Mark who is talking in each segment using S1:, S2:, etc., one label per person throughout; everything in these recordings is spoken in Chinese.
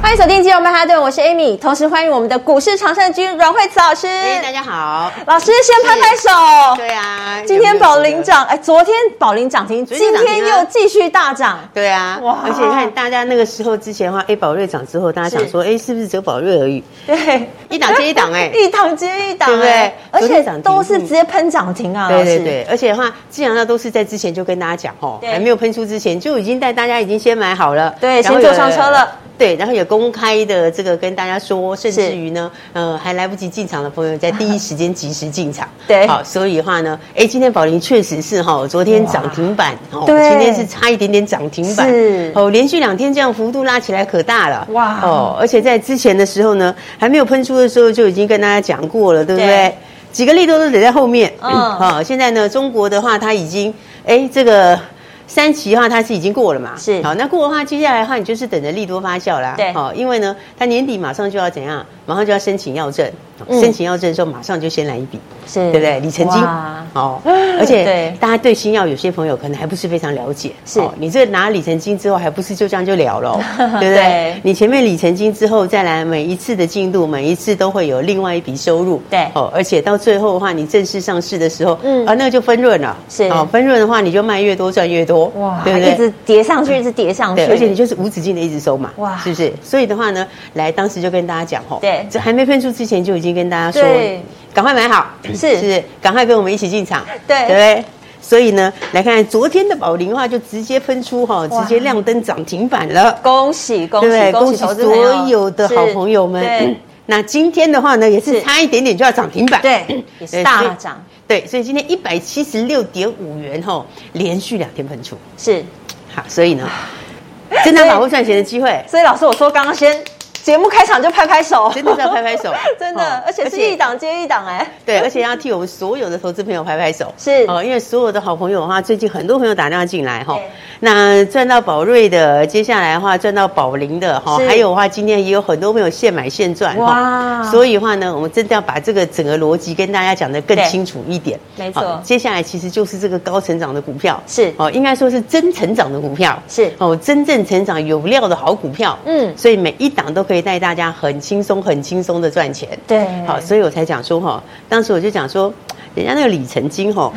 S1: 欢迎锁定金融曼哈顿，我是 Amy，同时欢迎我们的股市常胜军阮慧慈老师。
S2: 哎，大家好。
S1: 老师先拍拍手。
S2: 对啊，
S1: 今天宝林
S2: 长。
S1: 涨，哎，昨天宝林涨停，
S2: 昨
S1: 今
S2: 天涨停啊
S1: 天又继续大涨。
S2: 对啊，
S1: 哇
S2: 而且你看，大家那个时候之前的话，哎，宝瑞涨之后，大家想说，哎，是不是只有宝瑞而已？
S1: 对，
S2: 一档接一档哎
S1: 一档接一档，
S2: 对不对
S1: 哎而
S2: 昨天
S1: 且
S2: 涨停嗯
S1: 都是直接喷涨停啊，
S2: 对
S1: 老
S2: 对
S1: 师。
S2: 对，而且的话，基本上都是在之前就跟大家讲哦，
S1: 对
S2: 还没有喷出之前，就已经带大家已经先买好了，
S1: 对
S2: 然后
S1: 先坐
S2: 有
S1: 上车了。
S2: 对，然后有公开的这个跟大家说，甚至于呢，
S1: 嗯
S2: 呃，还来不及进场的朋友，在第一时间及时进场。
S1: 对
S2: 好，所以的话呢，哎，今天宝林确实是哈，昨天涨停板哦，
S1: 对
S2: 今天是差一点点涨停板，
S1: 是
S2: 哦，连续两天这样幅度拉起来可大了，
S1: 哇
S2: 哦，而且在之前的时候呢，还没有喷出的时候就已经跟大家讲过了，对不对？
S1: 对
S2: 几个利多都得在后面，
S1: 嗯
S2: 好，现在呢，中国的话，它已经，哎，这个三期的话，它是已经过了嘛，
S1: 是
S2: 好，那过的话，接下来的话，你就是等着利多发酵啦，
S1: 对
S2: 好，因为呢，它年底马上就要怎样，马上就要申请要证，
S1: 嗯
S2: 申请要证的时候，马上就先来一笔，
S1: 是
S2: 对不对？里程金
S1: 哇，
S2: 哦，而且
S1: 对
S2: 大家对新药有些朋友可能还不是非常了解，
S1: 是
S2: 哦你这拿里程金之后，还不是就这样就 了了，对不
S1: 对
S2: 对？你前面里程金之后再来每一次的进度，每一次都会有另外一笔收入，
S1: 对
S2: 哦，而且到最后的话，你正式上市的时候，
S1: 嗯
S2: 嗯，啊，那个就分润了，哦
S1: 是
S2: 分润的话你就卖越多赚越多，
S1: 哇，
S2: 对不对？
S1: 一直叠上去，一直叠上去，
S2: 对，而且你就是无止境的一直收嘛，
S1: 哇
S2: 哇，是不是？所以的话呢，来当时就跟大家讲吼，
S1: 对
S2: 这还没喷出之前就已经跟大家说
S1: 对，
S2: 赶快买好，
S1: 是
S2: 是不是？赶快跟我们一起进场，
S1: 对
S2: 对不对？所以呢，来看昨天的宝林的话，就直接喷出哈，直
S1: 哇
S2: 接亮灯涨停板了，
S1: 恭喜恭
S2: 对不
S1: 喜
S2: 对？恭喜
S1: 投资
S2: 所
S1: 朋友
S2: 有的好朋友们
S1: 是。
S2: 嗯
S1: 对
S2: 那今天的话呢，也
S1: 是
S2: 是差一点点就要涨停板，
S1: 对，也是大涨，
S2: 对，所以今天一百七十六点五元吼，连续两天喷出，
S1: 是。
S2: 好，所以呢，真的把握赚钱的机会。
S1: 所以老师，我说刚刚先节目开场就拍拍手，
S2: 真的是要拍拍手
S1: 真的
S2: 哦，
S1: 而且
S2: 而
S1: 是
S2: 且
S1: 一档接一档，哎，
S2: 对，而且要替我们所有的投资朋友拍拍手，
S1: 是
S2: 哦，因为所有的好朋友的话，最近很多朋友打电话进来哈
S1: 对，
S2: 那赚到宝瑞的，接下来的话赚到宝林的哈
S1: 是，
S2: 还有的话今天也有很多朋友现买现赚
S1: 哇
S2: 哈，所以的话呢，我们真的要把这个整个逻辑跟大家讲得更
S1: 对
S2: 清楚一点，
S1: 没错
S2: 好接下来其实就是这个高成长的股票，
S1: 是
S2: 哦，应该说是真成长的股票，
S1: 是
S2: 哦，真正成长有料的好股票，
S1: 嗯
S2: 所以每一档都可以带大家很轻松、很轻松的赚钱，
S1: 对
S2: 好，所以我才讲说哈，当时我就讲说，人家那个里程金 哈。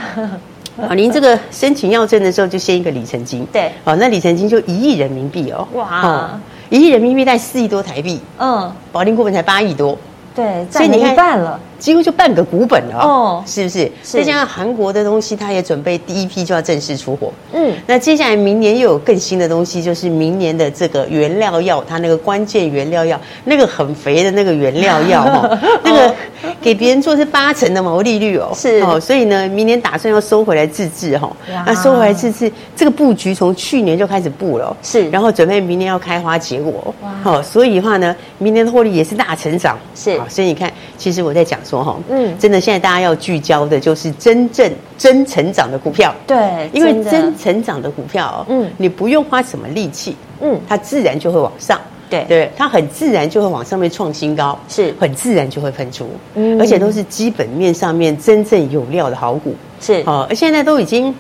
S2: 啊，您这个申请要证的时候就先一个里程金，
S1: 对
S2: 好，那里程金就一亿人民币哦，
S1: 哇
S2: 哦，一亿人民币带四亿多台币，
S1: 嗯，
S2: 保定股本才八亿多，
S1: 对，
S2: 所以
S1: 占
S2: 你
S1: 了
S2: 看
S1: 一半了，
S2: 几乎就半个股本了
S1: 哦
S2: 哦，是不是？
S1: 是
S2: 再加上韩国的东西，它也准备第一批就要正式出货，
S1: 嗯，
S2: 那接下来明年又有更新的东西，就是明年的这个原料药，它那个关键原料药，那个很肥的那个原料 药哦，那个给别人做是八成的毛利率哦，
S1: 是
S2: 哦，所以呢，明年打算要收回来自制哈、哦
S1: 哇，
S2: 那收回来自制这个布局从去年就开始布了哦，
S1: 是
S2: 然后准备明年要开花结果哦，
S1: 哇
S2: 好、所以的话呢，明年的获利也是大成长，
S1: 是
S2: 好所以你看，其实我在讲说哈、哦，
S1: 嗯
S2: 嗯，真的现在大家要聚焦的就是真正真成长的股票，
S1: 对，
S2: 因为
S1: 的
S2: 真成长的股票、哦，
S1: 嗯
S2: 嗯，你不用花什么力气，
S1: 嗯
S2: 它自然就会往上。
S1: 对
S2: 对，它很自然就会往上面创新高，
S1: 是
S2: 很自然就会喷出，
S1: 嗯
S2: 而且都是基本面上面真正有料的好股。
S1: 是
S2: 哦，而现在都已经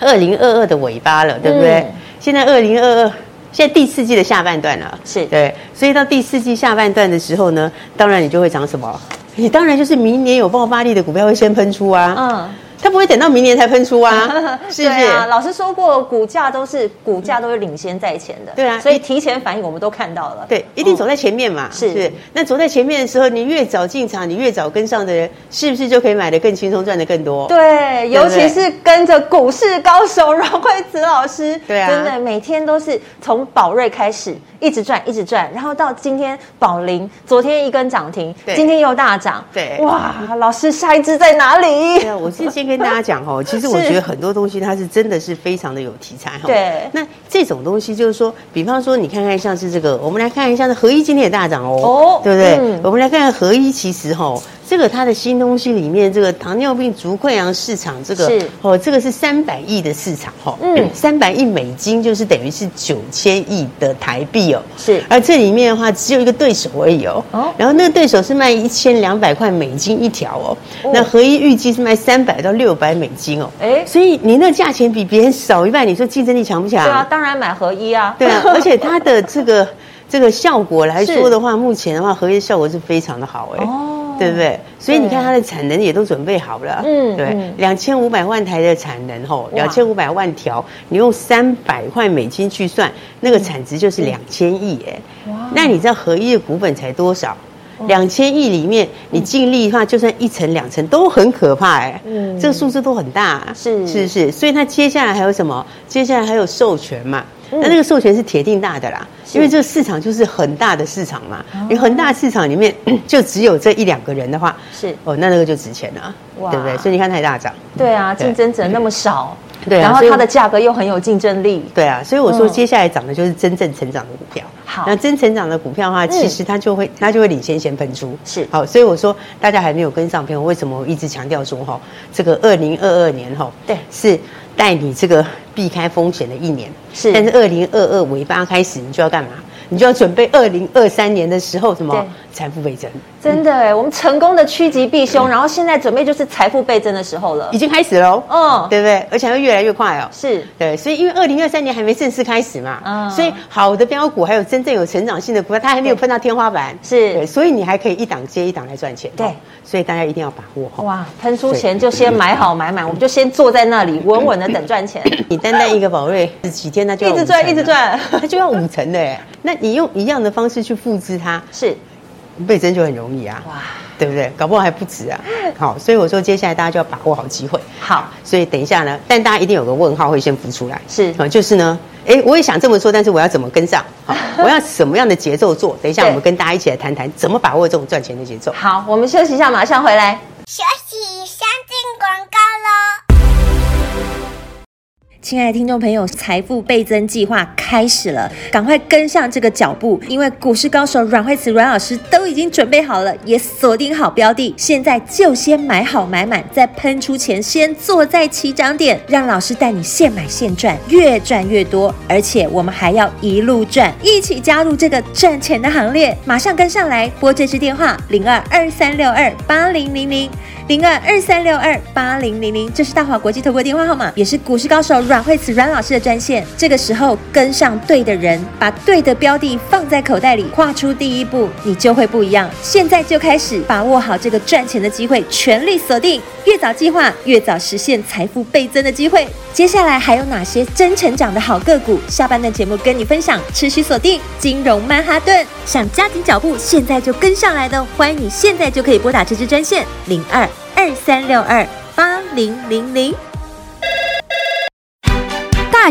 S2: 二零二二的尾巴了，对不对？
S1: 嗯
S2: 现在二零二二。现在第四季的下半段了，
S1: 是
S2: 对，所以到第四季下半段的时候呢，当然你就会涨什么？你当然就是明年有爆发力的股票会先喷出啊，
S1: 嗯，，
S2: 它不会等到明年才喷出啊 是不
S1: 对
S2: 是？
S1: 啊？老师说过，股价都是股价都是领先在前的，
S2: 对啊
S1: 所以提前反应我们都看到了，
S2: 对，一定
S1: 嗯
S2: 走在前面嘛，
S1: 是
S2: 不那走在前面的时候，你越早进场，你越早跟上的人，是不是就可以买的更轻松，赚的更多？
S1: 对，尤
S2: 对
S1: 其
S2: 不对
S1: 是跟着股市高手阮慧慈老师，
S2: 对啊
S1: 真的每天都是从宝瑞开始一直赚，一直赚，然后到今天宝林，昨天一根涨停，
S2: 对
S1: 今天又大涨，
S2: 对
S1: 哇，老师下一只在哪里
S2: 对？啊，我是先跟跟大家讲哦，其实我
S1: 是
S2: 觉得很多东西它是真的是非常的有题材哈。
S1: 对
S2: 那这种东西就是说，比方说你看看像是这个，我们来看一下这合一今天也大涨哦，
S1: 哦
S2: 对不对？
S1: 嗯
S2: 我们来看看合一，其实哈、这个它的新东西里面，这个糖尿病足溃疡市场，这个
S1: 是
S2: 哦，这个是三百亿的市场哈、
S1: 嗯
S2: 嗯，三百亿美金就是等于是九千亿的台币哦，
S1: 是
S2: 而这里面的话只有一个对手而已哦，
S1: 哦
S2: 然后那个对手是卖一千两百块美金一条哦，
S1: 哦
S2: 那合一预计是卖三百到六百美金哦，
S1: 哎
S2: 所以你那价钱比别人少一半，你说竞争力强不强？
S1: 对啊，当然买合一啊，
S2: 对啊，而且它的这个这个效果来
S1: 是
S2: 说的话，目前的话，合约效果是非常的好哎、
S1: 哦
S2: 对不对？所以你
S1: 对
S2: 看它的产能也都准备好了，
S1: 嗯
S2: 对
S1: 嗯，
S2: 两千五百万台的产能吼，
S1: 哇
S2: 两千五百万条，你用三百块美金去算，那个产值就是两千亿哎、
S1: 嗯哇
S2: 那你知道合一的股本才多少？两千亿里面，你净利的话，就算一层两层都很可怕哎、
S1: 嗯
S2: 这个数字都很大、啊，
S1: 是
S2: 是不是？所以它接下来还有什么？接下来还有授权嘛？
S1: 嗯
S2: 那那个授权是铁定大的啦，因为这个市场就是很大的市场嘛。你很大市场里面就只有这一两个人的话，
S1: 是
S2: 哦，那那个就值钱了啊，
S1: 哇
S2: 对不对？所以你看它也大涨，
S1: 对啊，
S2: 对
S1: 竞争者那么少，
S2: 对啊
S1: 然后
S2: 所以
S1: 它的价格又很有竞争力，
S2: 对啊，所以我说
S1: 嗯
S2: 接下来涨的就是真正成长的股票。
S1: 好
S2: 那真成长的股票的话，其
S1: 嗯
S2: 实它就会它就会领先先喷出。
S1: 是
S2: 好，所以我说大家还没有跟上朋友，为什么我一直强调说哈，这个二零二二年哈，
S1: 对
S2: 是带你这个避开风险的一年。
S1: 是
S2: 但是二零二二尾巴开始，你就要干嘛？你就要准备二零二三年的时候什
S1: 对
S2: 么财富倍增，
S1: 真的哎，我们成功的趋吉避凶，然后现在准备就是财富倍增的时候了
S2: 已，经开始喽。
S1: 嗯
S2: 对不对？而且还会越来越快哦。
S1: 是
S2: 对，所以因为二零二三年还没正式开始嘛，
S1: 嗯
S2: 所以好的标股还有真正有成长性的股票，它还没有碰到天花板，
S1: 是
S2: 对，所以你还可以一档接一档来赚钱，
S1: 对
S2: 哦所以大家一定要把握哈。
S1: 哇，喷出前就先买好买满，我们就先坐在那里稳稳的等赚钱，
S2: 你单单一个宝瑞几天，它就要
S1: 一直赚
S2: 五成了
S1: 一直赚
S2: 它就要五成的哎。那你用一样的方式去复制它，
S1: 是
S2: 倍增就很容易啊，
S1: 哇，
S2: 对不对？搞不好还不止啊。好，所以我说接下来大家就要把握好机会。
S1: 好
S2: 所以等一下呢，但大家一定有个问号会先浮出来，
S1: 是
S2: 啊，就是呢，哎，我也想这么说，但是我要怎么跟上？ 好，我要什么样的节奏做？等一下
S1: 对
S2: 我们跟大家一起来谈谈怎么把握这种赚钱的节奏。
S1: 好，我们休息一下，马上回来。
S3: 学习相进广告喽。
S4: 亲爱的听众朋友，财富倍增计划开始了，赶快跟上这个脚步，因为股市高手阮慧慈阮老师都已经准备好了，也锁定好标的，现在就先买好买满，在喷出前先坐在起涨点，让老师带你现买现赚，越赚越多，而且我们还要一路赚，一起加入这个赚钱的行列，马上跟上来，拨这支电话零二二三六二八零零零。零二二三六二八零零零，这是大华国际投顾的电话号码，也是股市高手阮慧慈阮老师的专线。这个时候跟上对的人，把对的标的放在口袋里，跨出第一步，你就会不一样。现在就开始把握好这个赚钱的机会，全力锁定，越早计划越早实现财富倍增的机会。接下来还有哪些真成长的好个股？下半段节目跟你分享，持续锁定金融曼哈顿。想加紧脚步，现在就跟上来的，欢迎你现在就可以拨打这支专线零二二三六二八零零零。
S5: 大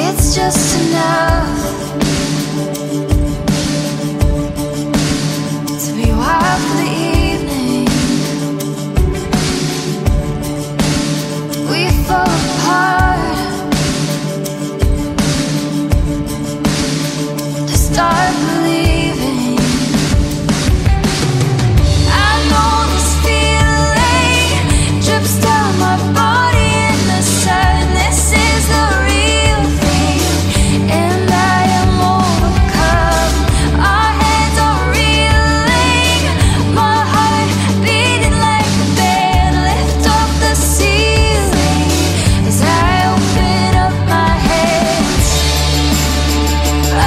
S6: It's just enough to be wild for the evening. We fall apart. I start believing. I know this feeling drips down my body in the sun. This is the real thing, and I am overcome. Our heads are reeling, my heart beating like a band. Lift up the ceiling as I open up my hands. Oh.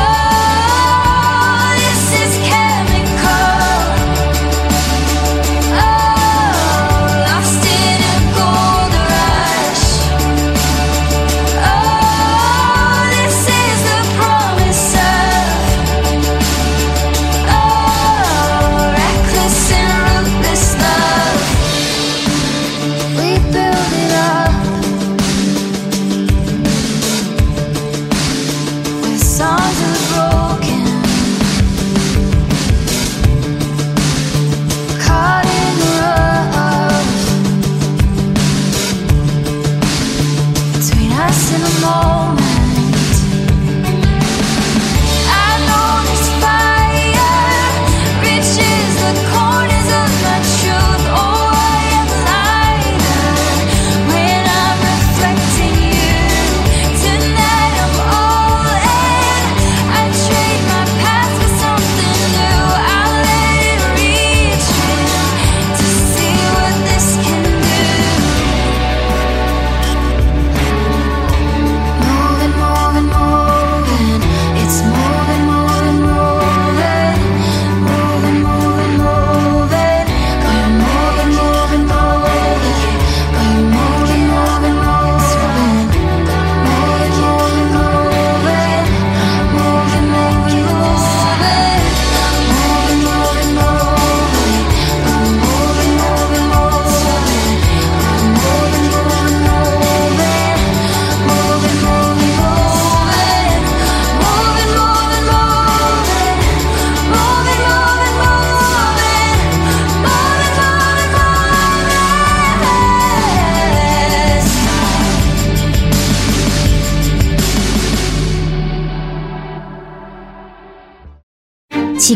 S6: Oh,
S5: 奇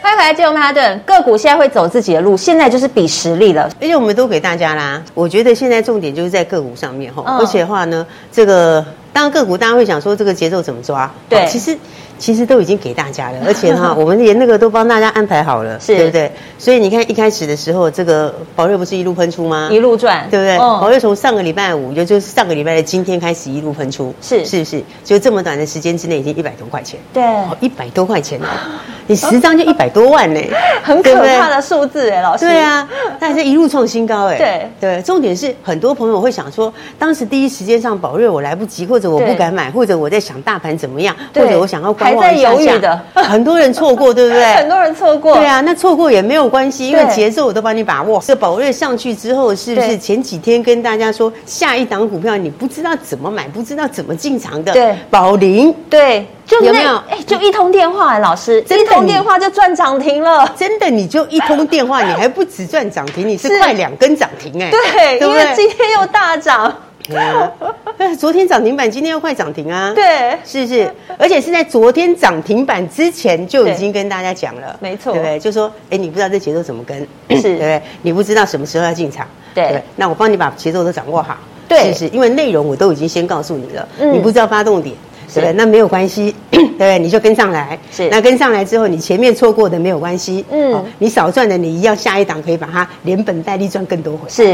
S1: 欢迎回来，金融曼哈顿。个股现在会走自己的路，现在就是比实力了。
S2: 而且我们都给大家啦。我觉得现在重点就是在个股上面哈，
S1: 嗯
S2: 而且的话呢，这个当然个股大家会想说这个节奏怎么抓？
S1: 对
S2: 哦其实其实都已经给大 家了，而且哈，我们连那个都帮大家安排好了，
S1: 是
S2: 对不对？所以你看一开始的时候，这个宝瑞不是一路喷出吗？
S1: 一路赚，
S2: 对不哦对？
S1: 嗯
S2: 宝瑞从上个礼拜五，也就是上个礼拜的今天开始一路喷出，
S1: 是
S2: 是不是？就这么短的时间之内，已经一百多块钱，
S1: 对
S2: 哦，，一百多块钱哦， 你十张就一百多万呢，
S1: 很
S2: 对
S1: 可
S2: 不对
S1: 怕的数字哎，老师。
S2: 对，啊，但是一路创新高哎。
S1: 对
S2: 对，重点是很多朋友会想说，当时第一时间上宝瑞我来不及，或者我
S1: 对
S2: 不敢买，或者我在想大盘怎么样，或
S1: 对
S2: 者我想要观望
S1: 还在
S2: 一下下
S1: 犹豫的
S2: 很多人错过，对不对？
S1: 很多人错过。
S2: 对，啊，那错过也没有关系，因为
S1: 对
S2: 节奏我都帮你把握。这宝瑞上去之后，是不
S1: 对
S2: 是前几天跟大家说下一档股票你不知道怎么买，不知道怎么进场的？
S1: 对
S2: 宝林
S1: 对，就
S2: 有
S1: 那
S2: 没有
S1: 哎，就一通电话哎，老师，
S2: 真的
S1: 一通
S2: 你
S1: 电话就赚涨停了。
S2: 真的你就一通电话，你还不止赚涨停，你是
S1: 是
S2: 快两根涨停哎、
S1: 对，因
S2: 不
S1: 为今天又大涨。
S2: 对啊，哎昨天涨停板，今天又快涨停啊！，
S1: 对，
S2: 是不是？而且是在昨天涨停板之前就已经跟大家讲了，
S1: 没错
S2: 对不对？就说，哎，你不知道这节奏怎么跟，
S1: 是
S2: 对不对？你不知道什么时候要进场，
S1: 对
S2: 不那我帮你把节奏都掌握好，
S1: 对
S2: 是不是？因为内容我都已经先告诉你了，
S1: 嗯
S2: 你不知道发动点。对不对？那没有关系， 对不对？你就跟上来。
S1: 是
S2: 那跟上来之后，你前面错过的没有关系，
S1: 嗯
S2: 哦你少赚的，你一样下一档可以把它连本带利赚更多回来。
S1: 是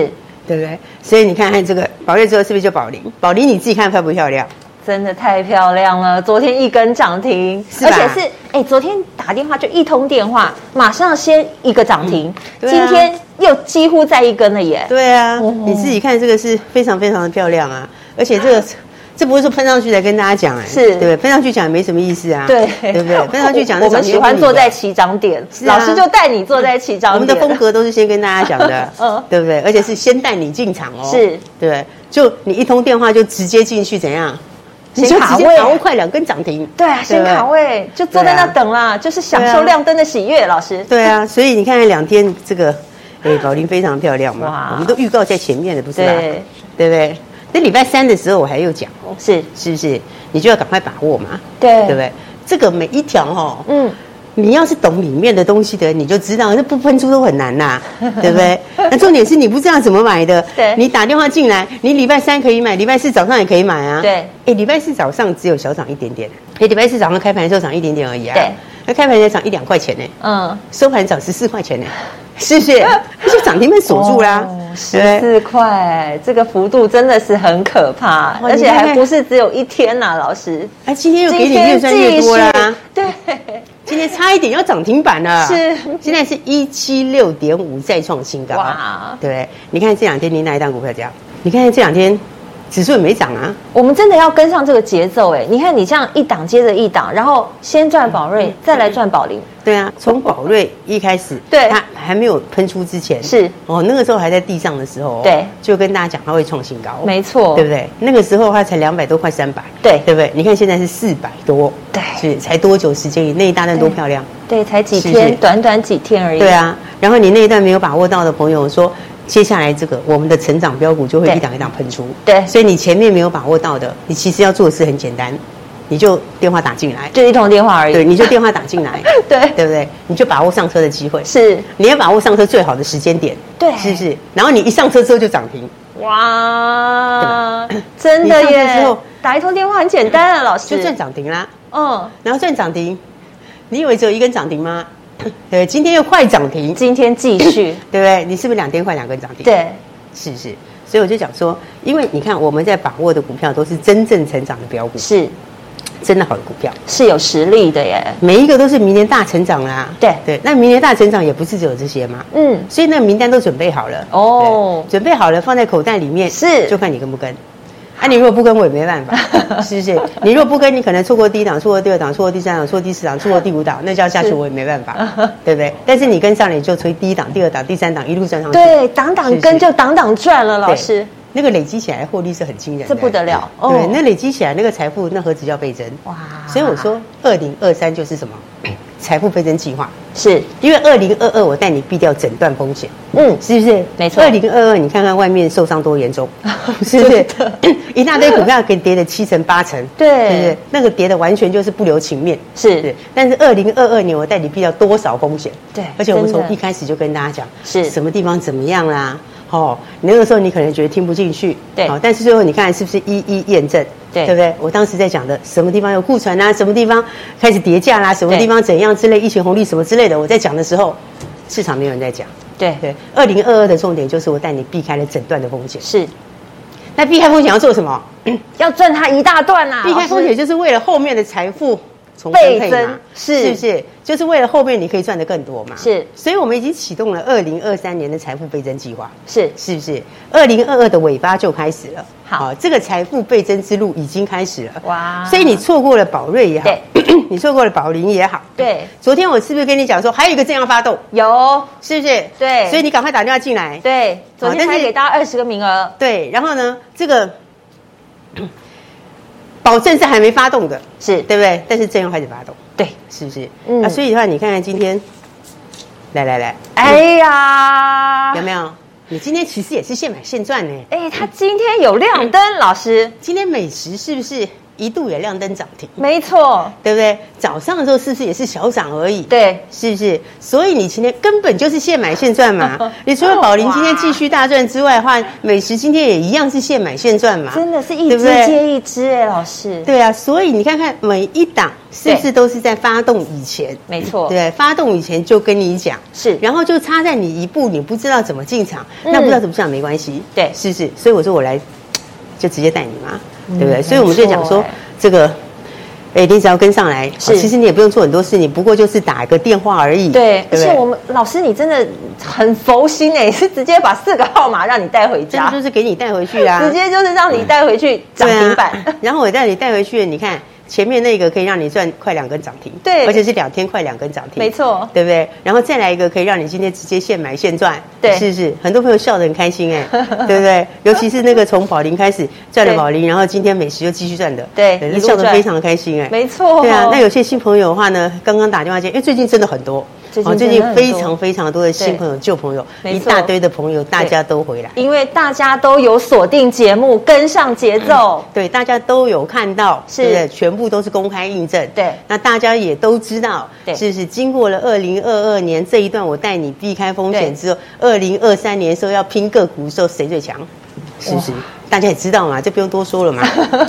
S2: 对不对？所以你看看这个宝瑞之后是不是就宝林？宝林你自己看漂不漂亮？
S1: 真的太漂亮了，昨天一根涨停，
S2: 是
S1: 而
S2: 吧
S1: 且是哎、昨天打电话就一通电话，马上先一个涨停，
S2: 对
S1: 今
S2: 啊
S1: 天又几乎在一根了耶。
S2: 对啊，
S1: 哦
S2: 你自己看这个是非常非常的漂亮啊，而且 这个。这不是说喷上去才跟大家讲哎、
S1: 是
S2: 对不对？喷上去讲也没什么意思啊，
S1: 对
S2: 对不对？喷上去 讲，
S1: 我我们喜欢坐在起涨点，
S2: 是啊
S1: 老师就带你坐在起涨
S2: 我
S1: 点。啊
S2: 们的风格都是先跟大家讲的，
S1: 嗯
S2: 嗯，对不对？而且是先带你进场哦，
S1: 是
S2: 对不对，就你一通电话就直接进去，怎样？
S1: 先
S2: 你就
S1: 卡
S2: 直接
S1: 位
S2: 把握快两根涨停，
S1: 对啊，先
S2: 不对
S1: 卡位，就坐在那等啦，就是享受亮灯的喜悦。老师，
S2: 啊对啊，所以你看两天这个，哎，宝林非常漂亮
S1: 哇
S2: 嘛，我们都预告在前面的，不是吗？
S1: 对，
S2: 对不对？那礼拜三的时候我还有讲哦，
S1: 是，
S2: 是不是？你就要赶快把握嘛，
S1: 对
S2: 对不对？这个每一条哦，
S1: 嗯，
S2: 你要是懂里面的东西的，你就知道这不喷出都很难 呐、对不对？那重点是你不知道怎么买的，
S1: 对
S2: 你打电话进来，你礼拜三可以买，礼拜四早上也可以买啊。
S1: 对
S2: 哎，礼拜四早上只有小涨一点点，哎，礼拜四早上开盘的时候涨一点点而已啊。
S1: 对，
S2: 那开盘才涨一两块钱呢、
S1: 嗯，
S2: 收盘涨十四块钱呢，是不是？ 就涨停被锁住啦，
S1: 哦十
S2: 对不
S1: 四
S2: 对？
S1: 块，这个幅度真的是很可怕，
S2: 哇
S1: 而且
S2: 哦你看
S1: 还
S2: 看
S1: 不是只有一天呐、老师。
S2: 哎，今天又给你越赚越多啦，
S1: 对，
S2: 今天差一点要涨停板了，
S1: 是
S2: 现在是一七六点五再创新高，
S1: 哇
S2: 哇，对不对？你看这两天你哪一档股票这样？你看这两天指数也没涨啊，
S1: 我们真的要跟上这个节奏哎！你看你这样一档接着一档，然后先赚宝
S2: 嗯
S1: 瑞，再来赚宝林，
S2: 对啊，从宝瑞一开始，
S1: 对
S2: 它还没有喷出之前，
S1: 是
S2: 哦，那个时候还在地上的时候，
S1: 对
S2: 就跟大家讲它会创新高，
S1: 没错，
S2: 嗯对不对？那个时候它才两百多块，三百，
S1: 对
S2: 对不对？你看现在是四百多，
S1: 对
S2: 是才多久时间？那一大段多漂亮，
S1: 对？才几
S2: 是
S1: 天，
S2: 是
S1: 短短几天而已。
S2: 对，啊。然后你那一段没有把握到的朋友说，接下来这个我们的成长标股就会
S1: 对
S2: 一档一档喷出。
S1: 对
S2: 所以你前面没有把握到的，你其实要做的事很简单，你就电话打进来，
S1: 就一通电话而已。
S2: 对，你就电话打进来，
S1: 对
S2: 对不对？你就把握上车的机会，
S1: 是
S2: 你要把握上车最好的时间点，
S1: 对
S2: 是不是？然后你一上车之后就涨停，
S1: 哇， 真的
S2: 你上车之
S1: 耶
S2: 后！
S1: 打一通电话很简单啊，老师。
S2: 就赚涨停啦。
S1: 嗯，
S2: 然后赚涨停，你以为只有一根涨停吗？ 对，今天又快涨停，
S1: 今天继 续。
S2: 对不对？你是不是两天快两根涨停？，
S1: 对，
S2: 是是。所以我就讲说，因为你看我们在把握的股票都是真正成长的标股，
S1: 是
S2: 真的好的股票，
S1: 是有实力的耶。
S2: 每一个都是明年大成长啦、
S1: 对
S2: 对，那明年大成长也不是只有这些嘛。
S1: 嗯，
S2: 所以那个名单都准备好了
S1: 哦
S2: 对准备好了放在口袋里面，
S1: 是
S2: 就看你跟不跟。啊，你如果不跟我也没 办法，是不是？你如果不跟，你可能错过第一档，错过第二档，错过第三档，错过第四档，错过第五档，那就要下去，我也没办法， 对不对？但是你跟上了，你就从第一档、第二档、第三档一路赚上去，
S1: 对，挡挡
S2: 是
S1: 跟
S2: 是
S1: 就挡挡赚了，老
S2: 对
S1: 师。
S2: 那个累积起来的获利是很惊人的，
S1: 这不得了哦
S2: 对，那累积起来那个财富，那何止叫倍增？
S1: 哇
S2: 哇！所以我说，二零二三就是什么？ 财富倍增计划，
S1: 是，
S2: 因为二零二二我带你避掉整段风险。
S1: 嗯，
S2: 是不是？
S1: 没错
S2: 二零二二，你看看外面受伤多 严重，是不是？ 一大堆股票给跌了七成八成，
S1: 对
S2: 是不是？那个跌的完全就是不留情面，
S1: 是
S2: 对。但是二零二二年，我带你避掉多少风险？
S1: 对
S2: 而且我们
S1: 真的
S2: 从一开始就跟大家讲，
S1: 是
S2: 什么地方怎么样啦。哦，你那个时候你可能觉得听不进去，
S1: 对
S2: 好但是最后你看是不是一一验证，
S1: 对
S2: 对不对？我当时在讲的什么地方有库存啊，什么地方开始叠价啦、什么
S1: 对
S2: 地方怎样之类，一群红利什么之类的，我在讲的时候，市场没有人在讲，
S1: 对，
S2: 对，二零二二的重点就是我带你避开了整段的风险。
S1: 是
S2: 那避开风险要做什么？
S1: 要赚它一大段呐、啊。
S2: 避开风
S1: 老
S2: 险
S1: 师
S2: 就是为了后面的财富重分配
S1: 倍
S2: 嘛
S1: 增是
S2: 是不是？就是为了后面你可以赚得更多嘛？
S1: 是
S2: 所以我们已经启动了二零二三年的财富倍增计划，
S1: 是
S2: 是不是？二零二二的尾巴就开始了。
S1: 好
S2: 这个财富倍增之路已经开始了。
S1: 哇
S2: 所以你错过了宝瑞也好， 你错过了宝林也好，
S1: 对，
S2: 昨天我是不是跟你讲说还有一个正要发动，
S1: 有
S2: 是不是？
S1: 对
S2: 所以你赶快打电话进来。
S1: 对，昨天
S2: 但
S1: 才
S2: 是
S1: 给大家二十个名额，
S2: 对，然后呢，这个 保证是还没发动的，
S1: 是
S2: 对不对？但是正要开始发动，
S1: 对，
S2: 是不是？
S1: 嗯
S2: 啊，所以的话，你看看今天，来来来，
S1: 哎呀，
S2: 嗯有没
S1: 有？
S2: 有？你今天其实也是现买现赚呢。
S1: 哎，他今天有亮灯，老师，
S2: 今天美食是不是一度也亮灯涨停？
S1: 没错，
S2: 对不对？早上的时候是不是也是小涨而已？，
S1: 对，
S2: 是不是？所以你今天根本就是现买现 赚嘛。你除了宝林今天继续大赚之外的话，美食今天也一样是现买现赚嘛。
S1: 真的是一
S2: 啊对
S1: 只
S2: 不对
S1: 接一只哎，老师，
S2: 对啊，所以你看看每一档是不是都是在发动以前？
S1: 没错
S2: 对，发动以前就跟你讲
S1: 是
S2: 然后就差在你一步，你不知道怎么进场，
S1: 嗯
S2: 那不知道怎么进场没关系，
S1: 对
S2: 是不是？所以我说我来就直接带你嘛，对不对？所以我们就讲
S1: 嗯没错
S2: 说
S1: 哎
S2: 这个。哎，你只要跟上来，哦
S1: 是
S2: 其实你也不用做很多事，你不过就是打个电话而已。
S1: 对，而
S2: 不
S1: 且我们老师你真的很佛心哎，是直接把四个号码让你带回
S2: 这个
S1: 家，
S2: 就是给你带回去啊，
S1: 直接就是让你带回去涨
S2: 对啊
S1: 停板，
S2: 然后我带你带回去，你看前面那个可以让你赚快两根涨停，
S1: 对
S2: 而且是两天快两根涨停，
S1: 没错
S2: 对不对？然后再来一个可以让你今天直接现买现赚，
S1: 对
S2: 是不是？很多朋友笑得很开心 哎、对不对？尤其是那个从宝林开始赚了
S1: 对
S2: 宝林，然后今天美食又继续赚的，
S1: 对一
S2: 那
S1: 路
S2: 笑得
S1: 赚
S2: 非常的开心哎、
S1: 没错，
S2: 对啊，那有些新朋友的话呢，刚刚打电话进来，因哎为最近真的很多，哦
S1: 最近真的
S2: 最近
S1: 很多
S2: 非常非常多的新朋友、旧朋友，
S1: 没
S2: 一
S1: 错
S2: 大堆的朋友，大家都回来。
S1: 因为大家都有锁定节目，跟上节奏，
S2: 对，大家都有看到，
S1: 是
S2: 对不对全部都是公开印证。
S1: 对
S2: 那大家也都知道，
S1: 对
S2: 是不是？经过了二零二二年这一段，我带你避开风
S1: 对
S2: 险之后，二零二三年的时候要拼个股的时候，谁最强？是不是？大家也知道嘛，就不用多说 了嘛，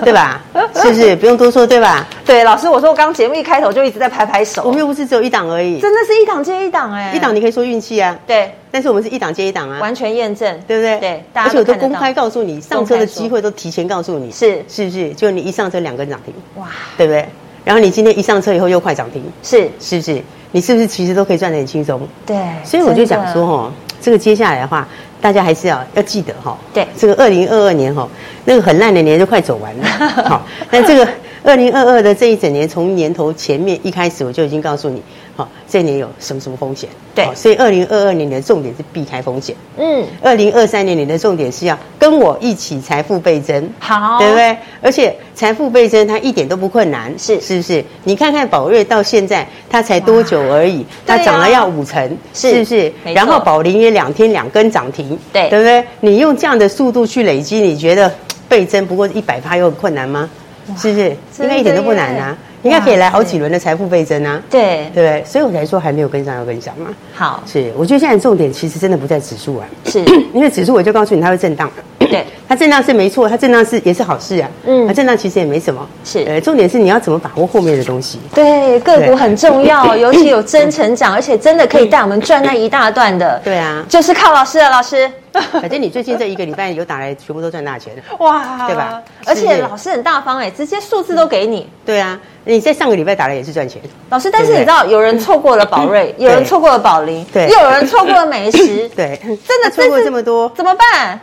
S2: 对吧？是不是？不用多说，对吧？
S1: 对，老师，我说我刚节目一开头就一直在拍拍手，
S2: 嗯我们又不是只有一档而已，
S1: 真的是一档接一档哎、
S2: 一档你可以说运气啊，
S1: 对，
S2: 但是我们是一档接一档啊，
S1: 完全验证，
S2: 对不对？
S1: 对，大
S2: 而
S1: 家
S2: 且我都
S1: 看得
S2: 公
S1: 到
S2: 开告诉你，上车的机会都提前告诉你，
S1: 是
S2: 是不是？就你一上车两根涨停，
S1: 哇，
S2: 对不对？然后你今天一上车以后又快涨停，
S1: 是
S2: 是不是？你是不是其实都可以赚得很轻松？
S1: 对，
S2: 所以我就
S1: 真的
S2: 讲说，哦，这个接下来的话，大家还是要要记得哈、哦，
S1: 对
S2: 这个二零二二年哈、哦，那个很烂的年就快走完 了，好、那这个二零二二的这一整年，从年头前面一开始我就已经告诉你，好、这年有什么什么风险？
S1: 对
S2: 好所以二零二二年你的重点是避开风险，
S1: 嗯，
S2: 二零二三年你的重点是要跟我一起财富倍增。
S1: 好，
S2: 对不？对？而且财富倍增，它一点都不困难，
S1: 是
S2: 是不是？你看看宝瑞到现在，它才多久而已，
S1: 对啊
S2: 它涨了要五成，
S1: 是
S2: 是不是
S1: 没？错
S2: 然后宝林也两天两根涨停，
S1: 对
S2: 对不对？你用这样的速度去累积，你觉得嘖倍增不过一百趴有很困难吗？是不是？
S1: 真的
S2: 应该一点都不难啊
S1: 耶！
S2: 应该可以来好几轮的财富倍增啊，
S1: 对
S2: 对，不对？所以我才说还没有跟上，要跟上嘛。
S1: 好，
S2: 是，我觉得现在重点其实真的不在指数啊，
S1: 是，
S2: 因为指数我就告诉你它会震荡。
S1: 对，
S2: 它震荡是没错，它震荡是也是好事啊。
S1: 嗯
S2: 嗯，它震荡其实也没什么。呃
S1: 是
S2: 重点是你要怎么把握后面的东西。
S1: 对，个股很重要，尤其有真成长，而且真的可以带我们赚那一大段的。
S2: 对啊
S1: 就是靠老师了，老师。
S2: 反正你最近这一个礼拜有打来，全部都赚大钱。
S1: 哇
S2: 对吧
S1: 而
S2: 是不
S1: 且
S2: 是
S1: 老师很大方哎，直接数字都给你。
S2: 对啊，你在上个礼拜打来也是赚钱。
S1: 老师，但是
S2: 对
S1: 你
S2: 不对
S1: 知道，有人错过了宝 瑞，有人错过了宝林，
S2: 对
S1: 又有人错过了美食，
S2: 对，
S1: 真的
S2: 错过
S1: 真是
S2: 这么多，
S1: 怎么办？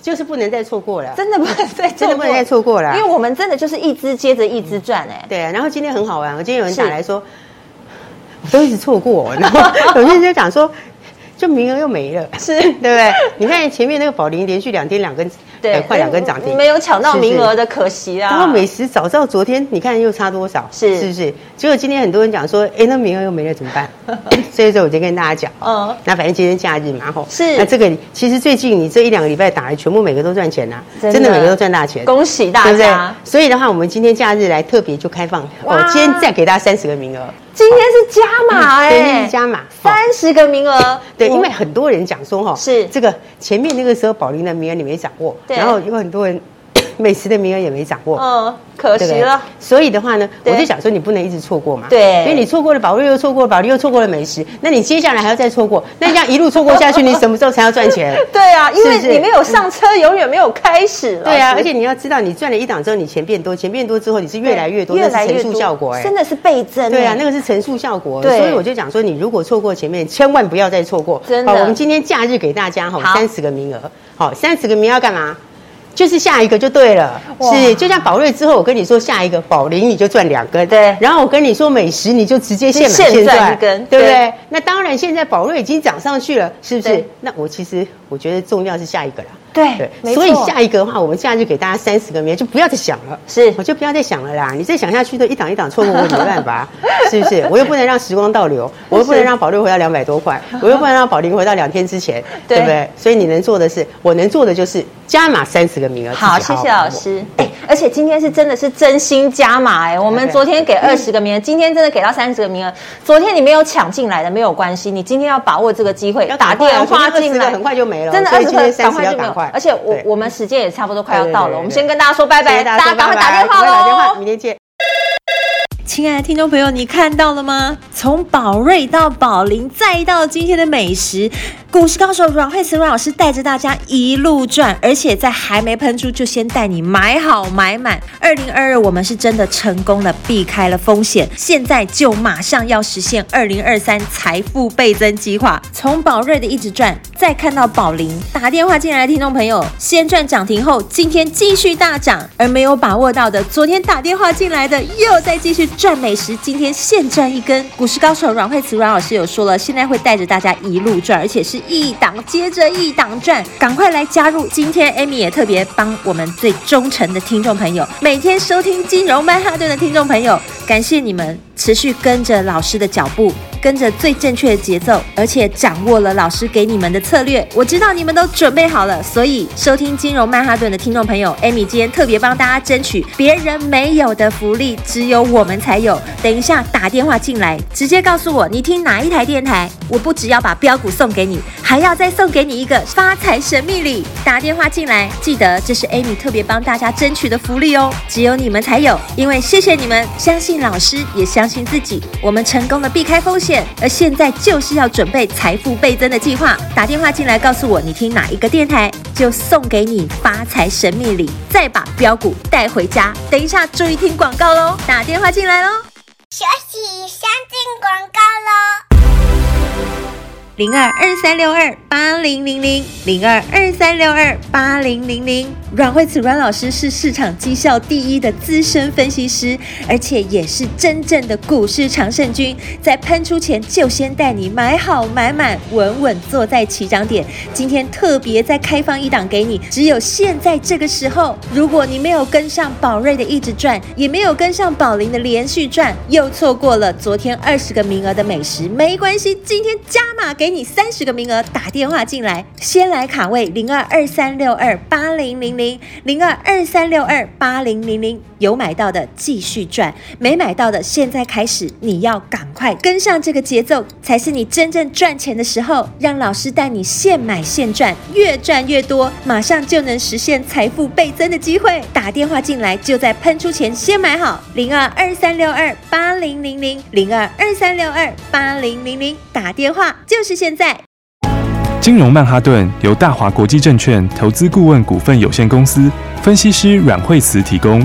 S2: 就是不能再错过了。
S1: 真的不能再错过
S2: 真的不能再错过了
S1: 因为我们真的就是一只接着一只赚哎。
S2: 对啊，然后今天很好玩，我今天有人打
S1: 是
S2: 来说，我都一直错过， 然后有些人就讲说，就名额又没了， 是对不对？你看前面那个宝林连续两天两根，
S1: 对，
S2: 呃快两根涨停，
S1: 没有抢到
S2: 是不是
S1: 名额的可惜啊。
S2: 然后美食早知道昨天，你看又差多少，
S1: 是
S2: 是不是？结果今天很多人讲说，哎，那名额又没了怎 么办？所以说我就跟大家讲，
S1: 嗯
S2: 嗯，那反正今天假日嘛，吼，
S1: 是
S2: 那这个其实最近你这一两个礼拜打来，全部每个都赚钱呐、
S1: 真的
S2: 真的每个都赚大钱，
S1: 恭喜大家
S2: 对不对？所以的话，我们今天假日来特别就开放，
S1: 哇
S2: 哦，今天再给大家三十个名额，
S1: 今天是加码哎、
S2: 对，嗯今天是加码。哦
S1: 三十个名额，嗯
S2: 对，
S1: 我
S2: 因为很多人讲说哈，
S1: 是
S2: 这个前面那个时候宝林的名额你没掌握，
S1: 对
S2: 然后有很多人 美食的名额也没掌握，
S1: 嗯，可
S2: 对不
S1: 惜
S2: 对
S1: 了，
S2: 所以的话呢，我
S1: 对
S2: 就想说你不能一直错过嘛。
S1: 对
S2: 因为你错过了宝瑞，又错过了宝利，又错过了美食，那你接下来还要再错 过，那这样一路错过下去，你什么时候才要赚 钱？
S1: 对啊，因为
S2: 是不是
S1: 你没有上车，永远没有开始了。
S2: 对啊，
S1: 老师
S2: 而且你要知道，你赚了一档之后，你钱变多，钱变多之后，你是越来越多，
S1: 对
S2: 那是乘数效果哎、
S1: 真的是倍增哎，
S2: 对啊，那个是乘数效果，
S1: 对
S2: 所以我就讲说，你如果错过前面，千万不要再错过。
S1: 真的
S2: 好，我们今天假日给大家哈
S1: 好
S2: 三十个名额，好，三十个名额要干嘛？就是下一个就对了，
S1: 哇
S2: 是就像宝瑞之后，我跟你说下一个宝林你就赚两根，
S1: 对
S2: 然后我跟你说美食你就直接现买
S1: 现
S2: 现
S1: 赚
S2: 赚
S1: 一根
S2: 对不
S1: 对
S2: 对？那当然，现在宝瑞已经涨上去了，是不是
S1: 对？
S2: 那我其实我觉得重要是下一个啦，
S1: 对哎没错
S2: 所以下一个的话，我们假日给大家三十个名额，就不要再想了，
S1: 是
S2: 我就不要再想了啦，你再想下去都一档一档错过，我也没办法，是不是？我又不能让时光倒流，我又不能让宝瑞回到两百多块，我又不能让宝林回到两天之前，
S1: 对
S2: 对不对？所以你能做的是，我能做的就是加码三十个名额。
S1: 好，
S2: 自己
S1: 谢谢
S2: 把握
S1: 老。师。哎、而且今天是真的是真心加码哎、我们昨天给二十个名额，今天真的给到三十个名额。昨天你没有抢进来的没有关系，你今天要把握这个机会，
S2: 要
S1: 打
S2: 赶快啊
S1: 电话
S2: 昨天
S1: 进来，
S2: 20个很快就没了
S1: 真的
S2: 所
S1: 二
S2: 以
S1: 十
S2: 今天
S1: 个
S2: 30
S1: 就
S2: 要
S1: 没有
S2: 赶快。
S1: 而且我
S2: 对
S1: 我们时间也差不多快要
S2: 对对
S1: 到了，
S2: 对
S1: 我们
S2: 对
S1: 先跟大家说拜
S2: 谢
S1: 拜，
S2: 谢
S1: 大
S2: 说
S1: 家赶快
S2: 拜
S1: 打
S2: 拜
S1: 电话
S2: 赶快打电话，
S1: 喽。
S2: 明天见。
S4: 亲爱的听众朋友，你看到了吗？从宝瑞到宝林，再到今天的美食，股市高手阮慧慈阮老师带着大家一路转，而且在还没喷出就先带你买好买满。二零二二我们是真的成功的避开了风险，现在就马上要实现二零二三财富倍增计划。从宝瑞的一直赚，再看到宝林，打电话进来的听众朋友，先赚涨停后，今天继续大涨，而没有把握到的，昨天打电话进来的又再继续赚美食，今天现赚一根。股市高手阮慧慈阮老师有说了，现在会带着大家一路赚，而且是一档接着一档赚，赶快来加入！今天 Amy 也特别帮我们最忠诚的听众朋友，每天收听金融曼哈顿的听众朋友，感谢你们持续跟着老师的脚步，跟着最正确的节奏，而且掌握了老师给你们的策略。我知道你们都准备好了，所以收听金融曼哈顿的听众朋友，Amy 今天特别帮大家争取别人没有的福利，只有我们才有。等一下打电话进来，直接告诉我你听哪一台电台，我不只要把标股送给你，还要再送给你一个发财神秘礼。打电话进来，记得这是 Amy 特别帮大家争取的福利哦，只有你们才有。因为谢谢你们，相信老师，也相信自己，我们成功的避开风险，而现在就是要准备财富倍增的计划。打电话进来告诉我你听哪一个电台，就送给你发财神秘礼，再把标股带回家。等一下注意听广告喽，打电话进来喽。
S3: 休息一下，进广告喽。
S4: 零二二三六二八零零零零二二三六二八零零零。阮慧慈阮老师是市场绩效第一的资深分析师，而且也是真正的股市常胜军，在喷出前就先带你买好买满，稳稳坐在起涨点。今天特别再开放一档给你，只有现在这个时候，如果你没有跟上宝瑞的一直赚，也没有跟上宝林的连续赚，又错过了昨天二十个名额的美食，没关系，今天加码给你三十个名额，打电话进来，先来卡位零二二三六二八零零零零二二三六二八零零零，有买到的继续赚，没买到的现在开始，你要赶快跟上这个节奏，才是你真正赚钱的时候。让老师带你现买现赚，越赚越多，马上就能实现财富倍增的机会。打电话进来，就在喷出前先买好，零二二三六二八零零零零二二三六二八零零零，打电话就是现在。
S7: 金融曼哈顿由大华国际证券投资顾问股份有限公司分析师阮惠慈提供。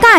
S5: 大